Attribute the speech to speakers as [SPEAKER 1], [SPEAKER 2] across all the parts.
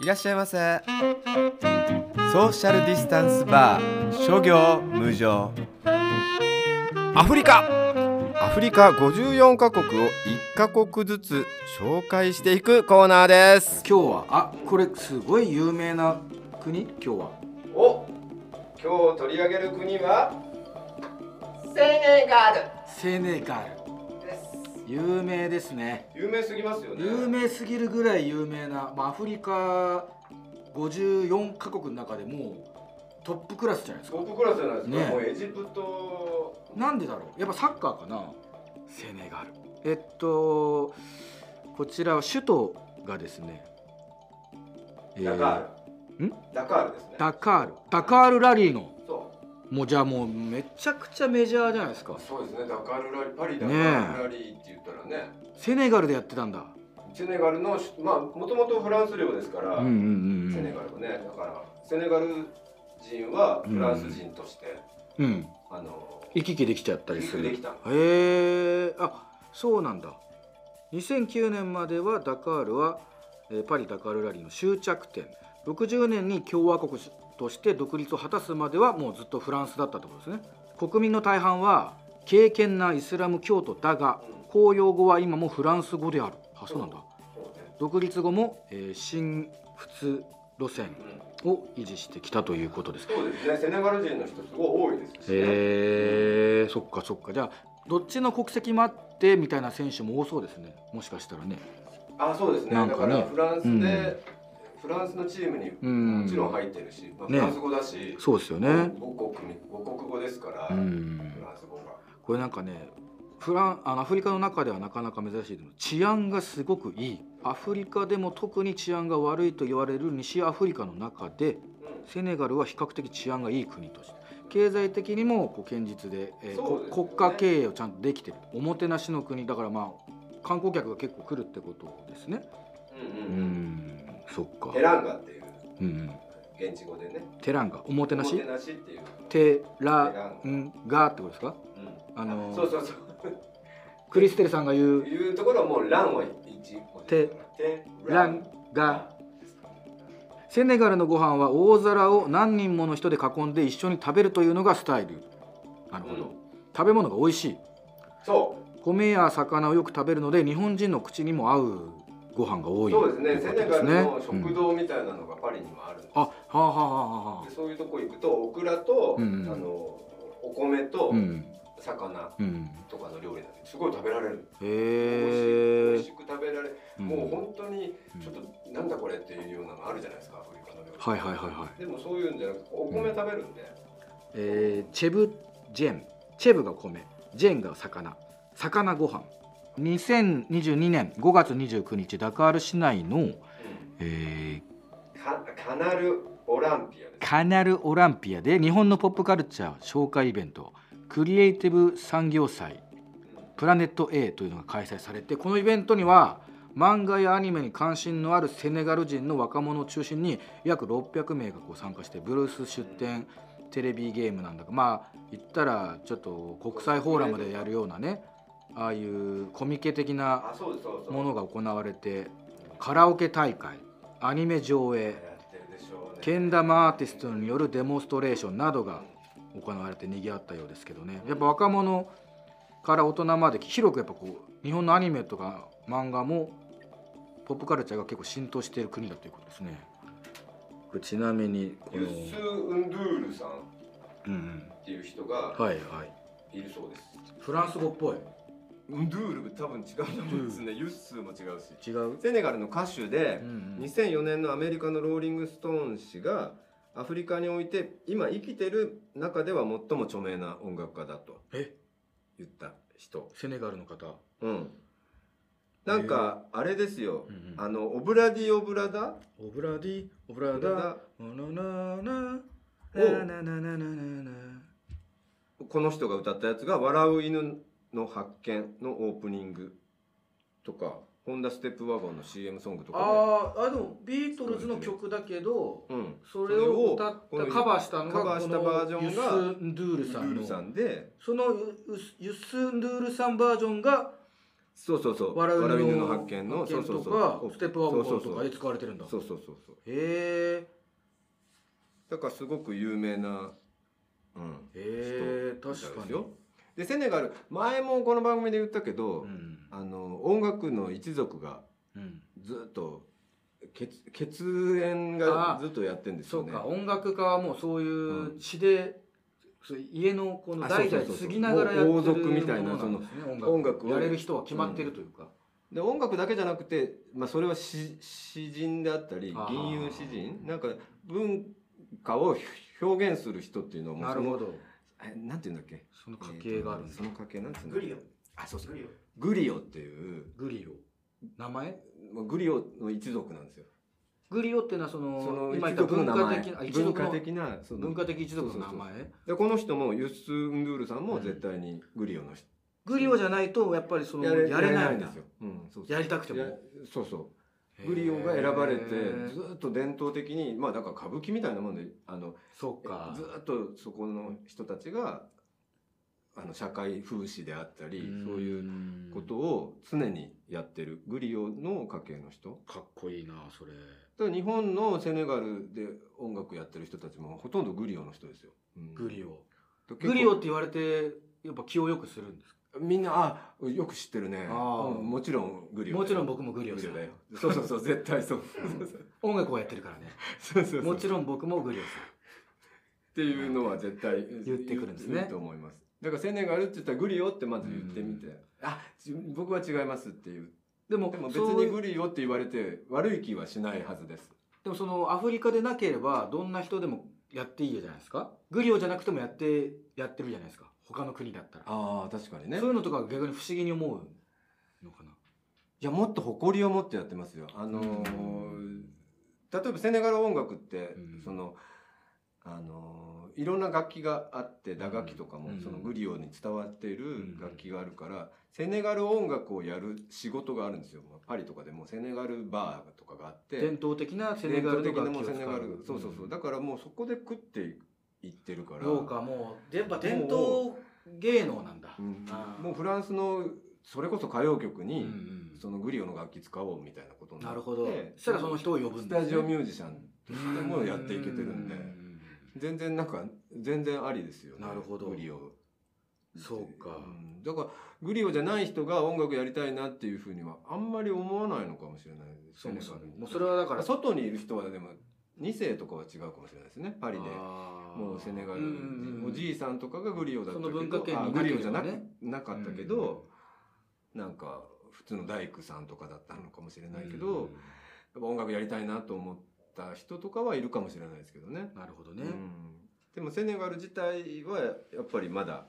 [SPEAKER 1] いらっしゃいませソーシャルディスタンスバー諸行無常
[SPEAKER 2] アフリカ
[SPEAKER 1] アフリカ54カ国を1カ国ずつ紹介していくコーナーです
[SPEAKER 3] 今日はあこれすごい有名な国今日は
[SPEAKER 1] お今日取り上げる国は
[SPEAKER 4] セネガル
[SPEAKER 3] セネガル
[SPEAKER 4] です
[SPEAKER 3] 有名ですね
[SPEAKER 1] 有名すぎますよね
[SPEAKER 3] 有名すぎるぐらい有名な、まあ、アフリカ54カ国の中でもうトップクラスじゃないですか
[SPEAKER 1] トップクラスじゃないですか、
[SPEAKER 3] ね
[SPEAKER 1] もうエジプト
[SPEAKER 3] なんでだろうやっぱサッカーかなセネガルえっとこちらは首都がですね、え
[SPEAKER 1] ダカール、
[SPEAKER 3] ん
[SPEAKER 1] ダカールですね
[SPEAKER 3] ダカールダカールラリーの
[SPEAKER 1] そ
[SPEAKER 3] もうじゃあもうめちゃくちゃメジャーじゃないですか
[SPEAKER 1] うそうですねダカールラリーパリダカ
[SPEAKER 3] ね
[SPEAKER 1] ールラリーって言ったらね
[SPEAKER 3] セネガルでやってたんだ
[SPEAKER 1] セネガルのしまあもともとフランス領ですから、
[SPEAKER 3] うんうんう
[SPEAKER 1] セネ
[SPEAKER 3] ん
[SPEAKER 1] ガルもねだからセネガル人はフランス人として、
[SPEAKER 3] うんうん
[SPEAKER 1] あの
[SPEAKER 3] 行き来できちゃったりする
[SPEAKER 1] 行き来できた
[SPEAKER 3] へえあそうなんだ2009年まではダカールはえーパリ・ダカールラリーの終着点60年に共和国として独立を果たすまではもうずっとフランスだったってことですね国民の大半は敬虔なイスラム教徒だが
[SPEAKER 1] うん
[SPEAKER 3] 公用語は今もフランス語であるあそうなんだ
[SPEAKER 1] そうね
[SPEAKER 3] 独立後も、えー新仏路線
[SPEAKER 1] うん
[SPEAKER 3] を維持してきたということです
[SPEAKER 1] そうですねセネガル人の人すごい多いですし、ね
[SPEAKER 3] へえそっかそっかじゃあどっちの国籍もあってみたいな選手も多そうですねもしかしたらね
[SPEAKER 1] あそうですね
[SPEAKER 3] なんかね
[SPEAKER 1] だからフランスで、
[SPEAKER 3] うん
[SPEAKER 1] フランスのチームに
[SPEAKER 3] うん
[SPEAKER 1] もちろん入ってるし、まあ、フ
[SPEAKER 3] ね
[SPEAKER 1] ランス語だし、
[SPEAKER 3] そうですよ
[SPEAKER 1] 母
[SPEAKER 3] ね
[SPEAKER 1] 国母国語ですから、
[SPEAKER 3] うん
[SPEAKER 1] フランス語が
[SPEAKER 3] これなんかねフランあのアフリカの中ではなかなか珍しいけど治安がすごくいいアフリカでも特に治安が悪いと言われる西アフリカの中で
[SPEAKER 1] う
[SPEAKER 3] セネガルは比較的治安がいい国として経済的にもこう堅実で、えー
[SPEAKER 1] そうですよね
[SPEAKER 3] こ国家経営をちゃんとできてるおもてなしの国だからまあ観光客が結構来るってことですね
[SPEAKER 1] ん
[SPEAKER 3] う
[SPEAKER 1] うんうん
[SPEAKER 3] んそっか
[SPEAKER 1] テランガっていう
[SPEAKER 3] うん
[SPEAKER 1] 現地語でね
[SPEAKER 3] テランガおもてな
[SPEAKER 1] お
[SPEAKER 3] し
[SPEAKER 1] もてなしっていう、
[SPEAKER 3] テランガってことですか
[SPEAKER 1] うん
[SPEAKER 3] あの
[SPEAKER 1] そうそうそう
[SPEAKER 3] クリステルさんが言う
[SPEAKER 1] いうところはもうランは一個
[SPEAKER 3] て
[SPEAKER 1] て
[SPEAKER 3] ランガセネガルのご飯は大皿を何人もの人で囲んで一緒に食べるというのがスタイルなるほど、
[SPEAKER 1] うん
[SPEAKER 3] 食べ物が美味しい
[SPEAKER 1] そ
[SPEAKER 3] 米や魚をよく食べるので日本人の口にも合うご飯が多
[SPEAKER 1] う
[SPEAKER 3] い
[SPEAKER 1] そうですね
[SPEAKER 3] とい
[SPEAKER 1] セ
[SPEAKER 3] うこ
[SPEAKER 1] ネ
[SPEAKER 3] と
[SPEAKER 1] ガルの
[SPEAKER 3] ですねう
[SPEAKER 1] 食
[SPEAKER 3] ん
[SPEAKER 1] 堂みたいなのがパリにもあるんで
[SPEAKER 3] あはあはあはあはあ
[SPEAKER 1] でそういうとこ行くとオクラと、
[SPEAKER 3] うんうん
[SPEAKER 1] あのお米と
[SPEAKER 3] うん
[SPEAKER 1] 魚
[SPEAKER 3] うん
[SPEAKER 1] とかの料理なんですごい食べられる、美
[SPEAKER 3] へえ
[SPEAKER 1] 味しく食べられる、もう本当にちょっとなんだこれっていうようなのあるじゃないですかアフリカの料理
[SPEAKER 3] はいはいはいはい
[SPEAKER 1] でもそういうんじゃなくてお米食べるんで、
[SPEAKER 3] えーチェブジェンチェブが米ジェンが魚魚ご飯2022年5月29日ダカール市内の、えー
[SPEAKER 1] かカナルオランピアです
[SPEAKER 3] カナルオランピアで日本のポップカルチャー紹介イベントクリエイティブ産業祭プラネット A というのが開催されてこのイベントには漫画やアニメに関心のあるセネガル人の若者を中心に約600名がこう参加してブルース出展テレビゲームなんだかまあ言ったらちょっと国際フォーラムでやるようなねああいうコミケ的な
[SPEAKER 1] あそうですそうです
[SPEAKER 3] ものが行われてカラオケ大会アニメ上映
[SPEAKER 1] やってるでしょうね
[SPEAKER 3] けん玉アーティストによるデモンストレーションなどが行われて賑わったようですけどねやっぱ若者から大人まで広くやっぱこう日本のアニメとか漫画もポップカルチャーが結構浸透している国だということですね。これちなみにこ
[SPEAKER 1] ユ
[SPEAKER 3] の、
[SPEAKER 1] ッス・ウンドゥールさんっ
[SPEAKER 3] うん
[SPEAKER 1] ていう人が
[SPEAKER 3] うん、はいはい
[SPEAKER 1] いるそうです
[SPEAKER 3] フランス語っぽい
[SPEAKER 1] ウンドゥール多分違うと思うんですねユッスーも違うし
[SPEAKER 3] 違う、
[SPEAKER 1] セネガルの歌手で、
[SPEAKER 3] うんうん、
[SPEAKER 1] 2004年のアメリカのローリング・ストーン氏がアフリカにおいて今生きてる中では最も著名な音楽家だと
[SPEAKER 3] え
[SPEAKER 1] 言った人
[SPEAKER 3] セネガルの方、
[SPEAKER 1] うんなんかあれですよ、
[SPEAKER 3] うんうん
[SPEAKER 1] あのオブラディ・オブラダ
[SPEAKER 3] オブラディオブラ
[SPEAKER 1] オブラ
[SPEAKER 3] ダ
[SPEAKER 1] ダ
[SPEAKER 3] ナナナ
[SPEAKER 1] お
[SPEAKER 3] ナナナナナナ
[SPEAKER 1] この人が歌ったやつが「笑う犬の発見」のオープニングとかホンダステップワゴンの CM ソングとか
[SPEAKER 3] あーあでもビートルズの曲だけど
[SPEAKER 1] ね、うん、
[SPEAKER 3] それを歌っ
[SPEAKER 1] それをこの
[SPEAKER 3] たカバーしたのが
[SPEAKER 1] カバーしたバージョンが
[SPEAKER 3] このユスンドゥー
[SPEAKER 1] ル
[SPEAKER 3] ルさん
[SPEAKER 1] ー
[SPEAKER 3] の
[SPEAKER 1] ルさんで
[SPEAKER 3] そのユユスンドゥールさんバージョンが
[SPEAKER 1] そうそうそう
[SPEAKER 3] 笑う犬の
[SPEAKER 1] 発
[SPEAKER 3] 発
[SPEAKER 1] 見
[SPEAKER 3] 見
[SPEAKER 1] の
[SPEAKER 3] と
[SPEAKER 1] そ
[SPEAKER 3] か
[SPEAKER 1] うそうそう
[SPEAKER 3] ステップワゴン
[SPEAKER 1] そう
[SPEAKER 3] とかで使われてるんだ
[SPEAKER 1] そうそうそうそうそう
[SPEAKER 3] へえ
[SPEAKER 1] だからすごく有名な、うん、
[SPEAKER 3] へえ
[SPEAKER 1] 人みたい
[SPEAKER 3] 確か
[SPEAKER 1] です
[SPEAKER 3] に
[SPEAKER 1] よでセネガル前もこの番組で言ったけど、
[SPEAKER 3] うん
[SPEAKER 1] あの音楽の一族が
[SPEAKER 3] うん
[SPEAKER 1] ずっと血血縁がずっとやってんです
[SPEAKER 3] そ
[SPEAKER 1] よ
[SPEAKER 3] う
[SPEAKER 1] ね
[SPEAKER 3] か音楽家はもうそういううん血でそう家のこの
[SPEAKER 1] あそうそ
[SPEAKER 3] 代
[SPEAKER 1] うそう
[SPEAKER 3] 々
[SPEAKER 1] そう
[SPEAKER 3] 継ぎながらやってる
[SPEAKER 1] 王族みたいな
[SPEAKER 3] ものんですね
[SPEAKER 1] の
[SPEAKER 3] 音楽
[SPEAKER 1] 音楽を
[SPEAKER 3] やれる人は決まってるというか
[SPEAKER 1] で音楽だけじゃなくて、まあ、それは詩詩人であったり
[SPEAKER 3] あー
[SPEAKER 1] 吟遊詩人なんか文化を表現する人っていうのはもう
[SPEAKER 3] な
[SPEAKER 1] そ
[SPEAKER 3] る
[SPEAKER 1] の
[SPEAKER 3] ほど
[SPEAKER 1] えなんていうんだっけ
[SPEAKER 3] その家系があるん
[SPEAKER 1] えー
[SPEAKER 3] だ
[SPEAKER 1] とその家系なんていうんだ
[SPEAKER 4] グ
[SPEAKER 1] っけ
[SPEAKER 4] リオ
[SPEAKER 1] あそうそう
[SPEAKER 4] グリオ
[SPEAKER 1] グリオっていう
[SPEAKER 3] グリオ名前
[SPEAKER 1] まあグリオの一族なんですよ
[SPEAKER 3] グリオっていうのはそ
[SPEAKER 1] そ
[SPEAKER 3] の
[SPEAKER 1] の
[SPEAKER 3] 今言
[SPEAKER 1] 一
[SPEAKER 3] った
[SPEAKER 1] 族の名
[SPEAKER 3] 文化
[SPEAKER 1] 前
[SPEAKER 3] 的なあ一
[SPEAKER 1] 文
[SPEAKER 3] 族
[SPEAKER 1] 化
[SPEAKER 3] の
[SPEAKER 1] 的なその
[SPEAKER 3] 文化的一族の名前
[SPEAKER 1] でこの人もユス・ンドゥールさんも絶対にグリオの人、
[SPEAKER 3] グリオじゃないとやっぱりそのやれないん
[SPEAKER 1] んで
[SPEAKER 3] だ
[SPEAKER 1] すよ、うん、そうそう
[SPEAKER 3] やりたくて
[SPEAKER 1] いや
[SPEAKER 3] も
[SPEAKER 1] そうそうグリオが選ばれて
[SPEAKER 3] へー
[SPEAKER 1] ずっと伝統的にまあだから歌舞伎みたいなもんであの
[SPEAKER 3] そっか
[SPEAKER 1] ずっとそこの人たちがあの社会風刺であったりそういう
[SPEAKER 3] う
[SPEAKER 1] ことを常にやってるグリオの家系の人
[SPEAKER 3] かっこいいなそれ
[SPEAKER 1] だから日本のセネガルで音楽やってる人たちもほとんどグリオの人ですよ、
[SPEAKER 3] グリ
[SPEAKER 1] オ
[SPEAKER 3] オグリ
[SPEAKER 1] オ
[SPEAKER 3] オって言われてやっぱ気をよくするんですか
[SPEAKER 1] みんなあよく知ってるね
[SPEAKER 3] あー
[SPEAKER 1] うんもちろんグリオだよ
[SPEAKER 3] もちろん僕もグリオ
[SPEAKER 1] グ
[SPEAKER 3] さ
[SPEAKER 1] リ
[SPEAKER 3] ん
[SPEAKER 1] オだよそうそうそう絶対 そう
[SPEAKER 3] 音楽をやってるからね
[SPEAKER 1] そうそうそう
[SPEAKER 3] もち
[SPEAKER 1] んっ
[SPEAKER 3] ろん僕もグリオさ
[SPEAKER 1] ていうのは絶対
[SPEAKER 3] 言ってくるんですね
[SPEAKER 1] 言うと思いますだからセネガルって言ったらグリオってまず言ってみて、あじ僕は違いますっていう
[SPEAKER 3] んでも
[SPEAKER 1] でも別
[SPEAKER 3] そう
[SPEAKER 1] に
[SPEAKER 3] いう
[SPEAKER 1] グリオって言われて悪い気はしないはずです
[SPEAKER 3] でもそのアフリカでなければどんな人でもやっていいじゃないですかグリオじゃなくてもやってやってるじゃないですか他の国だったら、
[SPEAKER 1] ああ確かにね
[SPEAKER 3] そういうのとか逆に不思議に思うのかない
[SPEAKER 1] やもっと誇りを持ってやってますよ。あのー例えばセネガル音楽って、
[SPEAKER 3] うん
[SPEAKER 1] そのあのーいろんな楽器があって打楽器とかも、
[SPEAKER 3] うん
[SPEAKER 1] そのグリオに伝わっている
[SPEAKER 3] ん
[SPEAKER 1] 楽器があるから、セネガル音楽をやる仕事があるんですよ。まあパリとかでもセネガルバーとかがあって
[SPEAKER 3] 伝統的なセネガル
[SPEAKER 1] 伝
[SPEAKER 3] と
[SPEAKER 1] 統的
[SPEAKER 3] か
[SPEAKER 1] なもうセネガルそうそうそう、だからもうそこで食っていってるから
[SPEAKER 3] そうかもうやっぱ伝統芸能なんだ、
[SPEAKER 1] うん
[SPEAKER 3] あー
[SPEAKER 1] もうフランスのそれこそ歌謡曲
[SPEAKER 3] うん
[SPEAKER 1] に、
[SPEAKER 3] うん
[SPEAKER 1] そのグリオの楽器使おうみたいなことにな
[SPEAKER 3] な
[SPEAKER 1] って
[SPEAKER 3] るほどそしたらその人を呼ぶ
[SPEAKER 1] ス
[SPEAKER 3] ん
[SPEAKER 1] タジオ
[SPEAKER 3] ュ
[SPEAKER 1] ミュージシャンとしてもやっていけてるんで全然なんか全然ありですよね
[SPEAKER 3] なるほど
[SPEAKER 1] グリオ
[SPEAKER 3] そうか
[SPEAKER 1] んだからグリオじゃない人が音楽やりたいなっていうふうにはあんまり思わないのかもしれないです
[SPEAKER 3] そもそも
[SPEAKER 1] セネガル
[SPEAKER 3] もうそれはだから
[SPEAKER 1] 外にいる人はでも2世とかは違うかもしれないですねパリでも
[SPEAKER 3] も
[SPEAKER 1] うセネガル人おじいさんとかがグリオだったけど
[SPEAKER 3] その文化圏に
[SPEAKER 1] あ
[SPEAKER 3] な
[SPEAKER 1] グ
[SPEAKER 3] ければね
[SPEAKER 1] リオじゃなくなかったけど、なんか普通の大工さんとかだったのかもしれないけど、やっぱ音楽やりたいなと思った人とかはいるかもしれないですけどね。
[SPEAKER 3] なるほどね
[SPEAKER 1] うんでもセネガル自体はやっぱりまだ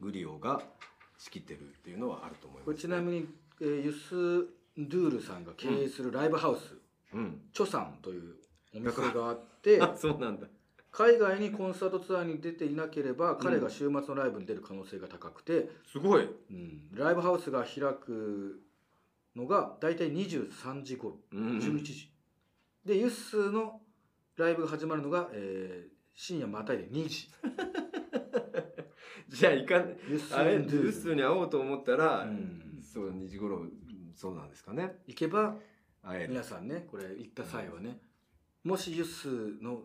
[SPEAKER 1] グリオが仕切ってるっていうのはあると思います、
[SPEAKER 3] これちなみにえーユス・ドゥールさんが経営するライブハウス
[SPEAKER 1] うん、
[SPEAKER 3] チョさんというお店があって
[SPEAKER 1] あそうなんだ。
[SPEAKER 3] 海外にコンサートツアーに出ていなければ彼が週末のライブに出る可能性が高くて
[SPEAKER 1] すごい。
[SPEAKER 3] うんライブハウスが開くのが大体23時頃
[SPEAKER 1] うん
[SPEAKER 3] 11時、でユッスーのライブが始まるのが、えー深夜またいで2時
[SPEAKER 1] じゃあいかん
[SPEAKER 3] ユッス
[SPEAKER 1] あれル
[SPEAKER 3] ーンドゥ
[SPEAKER 1] ースに会おうと思ったら、
[SPEAKER 3] うん
[SPEAKER 1] そう2時頃そうなんですかね
[SPEAKER 3] 行けば
[SPEAKER 1] 会える
[SPEAKER 3] 皆さんねこれ行った際はね、もしユッスーの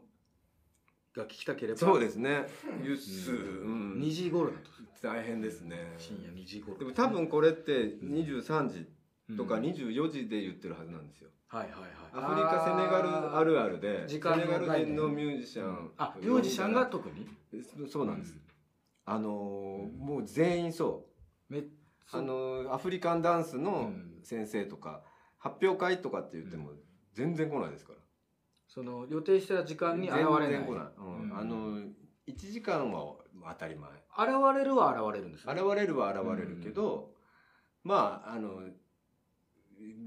[SPEAKER 3] が聞きたければ
[SPEAKER 1] そうですねユッス、うん
[SPEAKER 3] 2時頃だと
[SPEAKER 1] 大変ですね
[SPEAKER 3] 深夜2時頃
[SPEAKER 1] でも多分これって23時とか24時で言ってるはずなんですよ、
[SPEAKER 3] はいはいはい
[SPEAKER 1] アフリカセネガルあるあるで
[SPEAKER 3] 時間の
[SPEAKER 1] セネガル
[SPEAKER 3] 概
[SPEAKER 1] 人
[SPEAKER 3] 念
[SPEAKER 1] のミュージシ
[SPEAKER 3] あ
[SPEAKER 1] ャ
[SPEAKER 3] ー
[SPEAKER 1] ン
[SPEAKER 3] あミュージシャンが特に
[SPEAKER 1] そそうなんです、あのーもう全員そう
[SPEAKER 3] め
[SPEAKER 1] あのーアフリカンダンスの
[SPEAKER 3] うん
[SPEAKER 1] 先生とか、発表会とかって言っても全然来ないですから
[SPEAKER 3] その予定してた時間に現れない
[SPEAKER 1] 全然来ない
[SPEAKER 3] 現、
[SPEAKER 1] うん
[SPEAKER 3] うん
[SPEAKER 1] あの1時間は当たり前
[SPEAKER 3] れるは現れるんですね
[SPEAKER 1] 現れるは現れるけど、まああの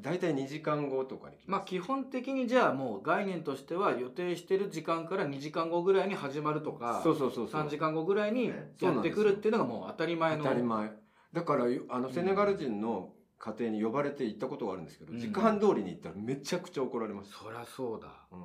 [SPEAKER 1] 大体2時間後とかに来ま
[SPEAKER 3] ま
[SPEAKER 1] す、
[SPEAKER 3] あ基本的にじゃあもう概念としては予定してる時間から2時間後ぐらいに始まるとか
[SPEAKER 1] そうそうそうそう
[SPEAKER 3] 3時間後ぐらいにやってくるっていうのがもう当たり前の
[SPEAKER 1] 当たり前だからあのセネガル人の家庭に呼ばれて行ったことがあるんですけど、時間通りに行ったらめちゃくちゃ怒られました、
[SPEAKER 3] そりゃそうだ
[SPEAKER 1] うん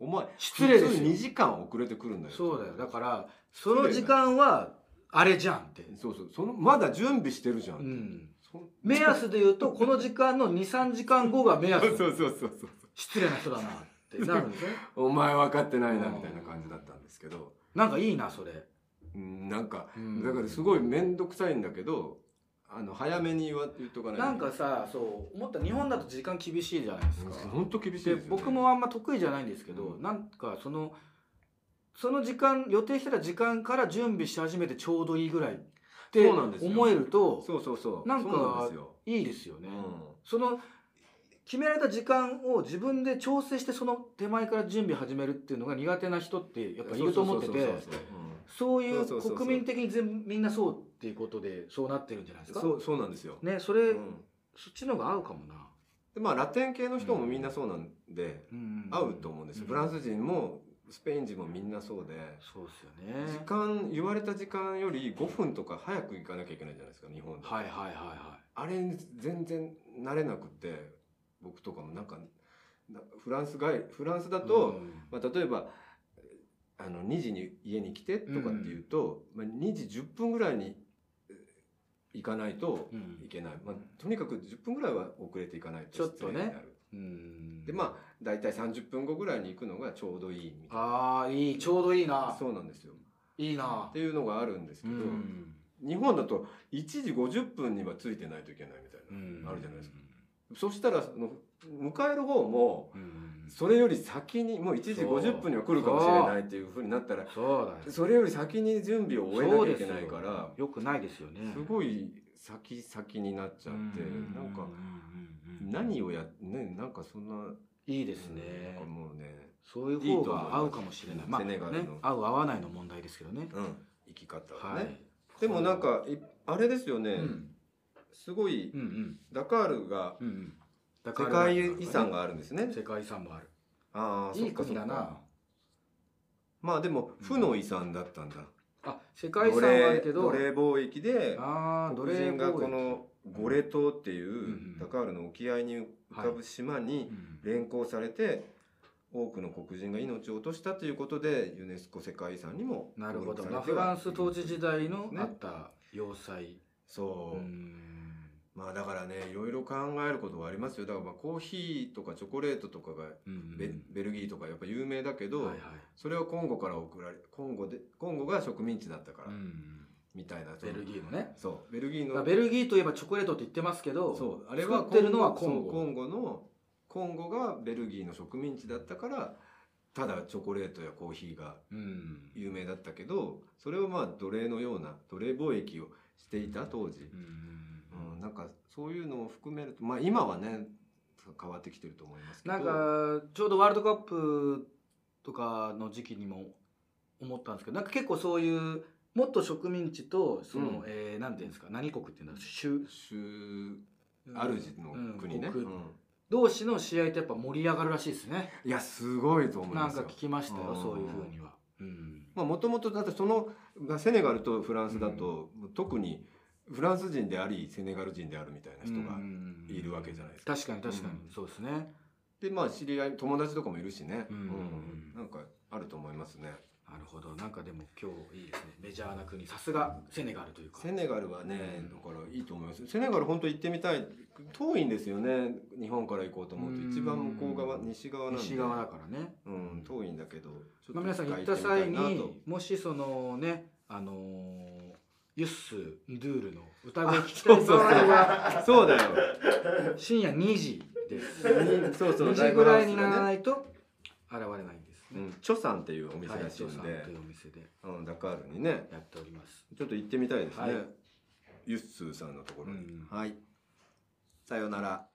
[SPEAKER 1] お前
[SPEAKER 3] 失礼ですよ
[SPEAKER 1] 2時間遅れてくるんだよ
[SPEAKER 3] そうだよだかららその時間はあれじゃんって
[SPEAKER 1] そうそうそのまだ準備してるじゃん、
[SPEAKER 3] うん
[SPEAKER 1] そん
[SPEAKER 3] 目安で言うとこの時間の23時間後が目安
[SPEAKER 1] そうそうそうそうそう
[SPEAKER 3] 失礼な人だなってなるんですね
[SPEAKER 1] お前分かってないなみたいな感じだったんですけど
[SPEAKER 3] なんかいいなそれ、
[SPEAKER 1] うんなんか
[SPEAKER 3] うん
[SPEAKER 1] だからすごい面倒くさいんだけどあの早めに言わ言っとかない
[SPEAKER 3] なんかさそう思った日本だと時間厳しいじゃないですか、
[SPEAKER 1] 本当厳しいです
[SPEAKER 3] で
[SPEAKER 1] よね
[SPEAKER 3] 僕もあんま得意じゃないんですけど、
[SPEAKER 1] うん
[SPEAKER 3] なんかそのその時間予定してた時間から準備し始めてちょうどいいぐらいって
[SPEAKER 1] そうなんですよ
[SPEAKER 3] 思えると
[SPEAKER 1] そうそうそう
[SPEAKER 3] なんか
[SPEAKER 1] そうなんですよ、
[SPEAKER 3] いいですよ
[SPEAKER 1] う
[SPEAKER 3] ね、
[SPEAKER 1] ん
[SPEAKER 3] その決められた時間を自分で調整してその手前から準備始めるっていうのが苦手な人ってやっぱいると思って
[SPEAKER 1] そう
[SPEAKER 3] て
[SPEAKER 1] そうそう
[SPEAKER 3] そうい
[SPEAKER 1] そう
[SPEAKER 3] う
[SPEAKER 1] そうそう
[SPEAKER 3] 国民的に全みんなそうっていうことでそうなってるんじゃないです
[SPEAKER 1] そうそ
[SPEAKER 3] か
[SPEAKER 1] うそうなんですよ、
[SPEAKER 3] ねそれ、
[SPEAKER 1] うん
[SPEAKER 3] そっちの方が合うかもな、
[SPEAKER 1] でまあラテン系の人もみんなそうなんで、合うと思うんですよ、フランス人もスペイン人もみんなそうで、
[SPEAKER 3] そうですよね
[SPEAKER 1] 時間言われた時間より5分とか早く行かなきゃいけないじゃないですか日本で、
[SPEAKER 3] はいはいはいは
[SPEAKER 1] あれ全然慣れなくて僕とかもなんかなフランス外フランスだ
[SPEAKER 3] い
[SPEAKER 1] と、
[SPEAKER 3] うん
[SPEAKER 1] まあ、例えばあの2時に家に来てとかっていうと、まあ、2時10分ぐらいにえー行かないと
[SPEAKER 3] うん
[SPEAKER 1] いけない、まあ、とにかく10分ぐらいは遅れていかないと
[SPEAKER 3] ちょっとね
[SPEAKER 1] 失礼になる
[SPEAKER 3] うん
[SPEAKER 1] でまあ大体30分後ぐらいに行くのがちょうどいいみたい
[SPEAKER 3] ああいいちょうどいい
[SPEAKER 1] な
[SPEAKER 3] な
[SPEAKER 1] そうなんですよ
[SPEAKER 3] いいな
[SPEAKER 1] っていうのがあるんですけ
[SPEAKER 3] う
[SPEAKER 1] ど、
[SPEAKER 3] ん
[SPEAKER 1] 日本だと1時50分にはついてないといけないみたいな、あるじゃないですか、そしたらその迎える方も
[SPEAKER 3] うん
[SPEAKER 1] それより先にもう1時50分には来るかもしれないっていうふうになったら
[SPEAKER 3] そうだよ
[SPEAKER 1] それより先に準備を終えなきゃいけないから
[SPEAKER 3] よくないですよね
[SPEAKER 1] すごい先先になっちゃって
[SPEAKER 3] うん
[SPEAKER 1] なんか
[SPEAKER 3] うん
[SPEAKER 1] 何をやねなんかそんない
[SPEAKER 3] いです
[SPEAKER 1] なん
[SPEAKER 3] ね
[SPEAKER 1] かもうね
[SPEAKER 3] そうい
[SPEAKER 1] い
[SPEAKER 3] う
[SPEAKER 1] いと
[SPEAKER 3] 方
[SPEAKER 1] 思います
[SPEAKER 3] が合うかもしれないまあ
[SPEAKER 1] セネ
[SPEAKER 3] ね
[SPEAKER 1] ガルの
[SPEAKER 3] 合う合わないの問題ですけどね
[SPEAKER 1] うん生き方は
[SPEAKER 3] は
[SPEAKER 1] ね
[SPEAKER 3] い
[SPEAKER 1] でもなんかいあれですよ
[SPEAKER 3] う
[SPEAKER 1] ね
[SPEAKER 3] ん
[SPEAKER 1] すごい
[SPEAKER 3] うんうん
[SPEAKER 1] ダカールが
[SPEAKER 3] うんうんだか
[SPEAKER 1] 世
[SPEAKER 3] ら
[SPEAKER 1] 界遺産があるんですね
[SPEAKER 3] 世界遺産もある
[SPEAKER 1] ああ
[SPEAKER 3] い
[SPEAKER 1] そっ
[SPEAKER 3] い
[SPEAKER 1] かそ
[SPEAKER 3] 国
[SPEAKER 1] っか
[SPEAKER 3] だな
[SPEAKER 1] まあでも負の遺産だったんだ
[SPEAKER 3] あ世界遺産はあるけど
[SPEAKER 1] 奴隷貿易で
[SPEAKER 3] ああ奴
[SPEAKER 1] 黒
[SPEAKER 3] 隷
[SPEAKER 1] 人が
[SPEAKER 3] 貿易
[SPEAKER 1] このゴレ島って
[SPEAKER 3] うん
[SPEAKER 1] いううんダカールの沖合に浮かぶ島に
[SPEAKER 3] うん
[SPEAKER 1] 連行されて多くの黒人が命を落としたということでユネスコ世界遺産にも
[SPEAKER 3] なるほど、
[SPEAKER 1] 登録
[SPEAKER 3] まあ、
[SPEAKER 1] さ
[SPEAKER 3] フ
[SPEAKER 1] れて
[SPEAKER 3] ラ
[SPEAKER 1] は
[SPEAKER 3] ンス統治時代の
[SPEAKER 1] ね
[SPEAKER 3] あった要塞、
[SPEAKER 1] そう、
[SPEAKER 3] うん
[SPEAKER 1] まあだからねいろいろ考えることはありますよだからまあコーヒーとかチョコレートとかが
[SPEAKER 3] うん
[SPEAKER 1] ベ,、ベルギーとかやっぱ有名だけど、
[SPEAKER 3] はいはい
[SPEAKER 1] それはコンゴから送られコンゴでコンゴが植民地だったから、
[SPEAKER 3] うん
[SPEAKER 1] みたいなそ
[SPEAKER 3] ベ
[SPEAKER 1] の
[SPEAKER 3] ルギーのね
[SPEAKER 1] そうベルギー
[SPEAKER 3] まあ
[SPEAKER 1] の
[SPEAKER 3] ベルギーといえばチョコレートって言ってますけど
[SPEAKER 1] そうあれは
[SPEAKER 3] 作ってるのはコン
[SPEAKER 1] そ
[SPEAKER 3] ゴ
[SPEAKER 1] うコンゴのコンゴがベルギーの植民地だったからただチョコレートやコーヒーが
[SPEAKER 3] うん
[SPEAKER 1] 有名だったけどそれをまあ奴隷のような奴隷貿易をしていた当時
[SPEAKER 3] う、
[SPEAKER 1] うん
[SPEAKER 3] ん
[SPEAKER 1] なんかそういうのを含めるとまあ今はね変わってきてると思いますけど
[SPEAKER 3] なんかちょうどワールドカップとかの時期にも思ったんですけどなんか結構そういうもっと植民地とその、
[SPEAKER 1] うん
[SPEAKER 3] えーなんていうんですか何国っていうんだ州
[SPEAKER 1] 主主の国ね、
[SPEAKER 3] うん国
[SPEAKER 1] うん
[SPEAKER 3] 同士の試合ってやっぱ盛り上がるらしいですね
[SPEAKER 1] いやすごいと思い
[SPEAKER 3] な
[SPEAKER 1] ま
[SPEAKER 3] ん
[SPEAKER 1] す
[SPEAKER 3] か
[SPEAKER 1] よ
[SPEAKER 3] 聞きましたよ
[SPEAKER 1] うん
[SPEAKER 3] そういうふうには、うん
[SPEAKER 1] まあもともとだってそのまあセネガルとフランスだと、特にフランス人でありセネガル人であるみたいな人が、いるわけじゃないですか
[SPEAKER 3] 確かに確かに、
[SPEAKER 1] うん
[SPEAKER 3] そうですね
[SPEAKER 1] でまあ知り合い友達とかもいるしね、
[SPEAKER 3] うん
[SPEAKER 1] うんなんかあると思いますね
[SPEAKER 3] なるほどなんかでも今日いいですねメジャーな国さすがセネガルというか
[SPEAKER 1] セネガルはね、
[SPEAKER 3] うん
[SPEAKER 1] だからいいと思いますセネガル本当行ってみたい遠いんですよね日本から行こうと思うと
[SPEAKER 3] うん
[SPEAKER 1] 一番向こう側西側なんで
[SPEAKER 3] 西側だからね、
[SPEAKER 1] うん、遠いんだけどちょ
[SPEAKER 3] まあ、皆さん
[SPEAKER 1] 一
[SPEAKER 3] 行
[SPEAKER 1] 回
[SPEAKER 3] った際
[SPEAKER 1] 行ってみたいなと
[SPEAKER 3] にもしそのねあのーユッス・ドゥールの歌声聞きたい場合 は
[SPEAKER 1] そう だよ
[SPEAKER 3] 深夜2時です
[SPEAKER 1] そうそう
[SPEAKER 3] 2
[SPEAKER 1] ライ
[SPEAKER 3] 時
[SPEAKER 1] ブ
[SPEAKER 3] ぐ
[SPEAKER 1] ハ
[SPEAKER 3] ら
[SPEAKER 1] ウ
[SPEAKER 3] い
[SPEAKER 1] ス
[SPEAKER 3] にならないと現れないんです
[SPEAKER 1] う
[SPEAKER 3] ね、
[SPEAKER 1] ん、チョさんっていうお
[SPEAKER 3] は
[SPEAKER 1] 店
[SPEAKER 3] い
[SPEAKER 1] らしい
[SPEAKER 3] 調
[SPEAKER 1] ん
[SPEAKER 3] 査
[SPEAKER 1] で、
[SPEAKER 3] というお店で
[SPEAKER 1] うん、ダカールにね
[SPEAKER 3] やっております
[SPEAKER 1] ちょっと行ってみたいですね、
[SPEAKER 3] はい
[SPEAKER 1] ユッスーさんのところに、
[SPEAKER 3] うん
[SPEAKER 1] はいさようなら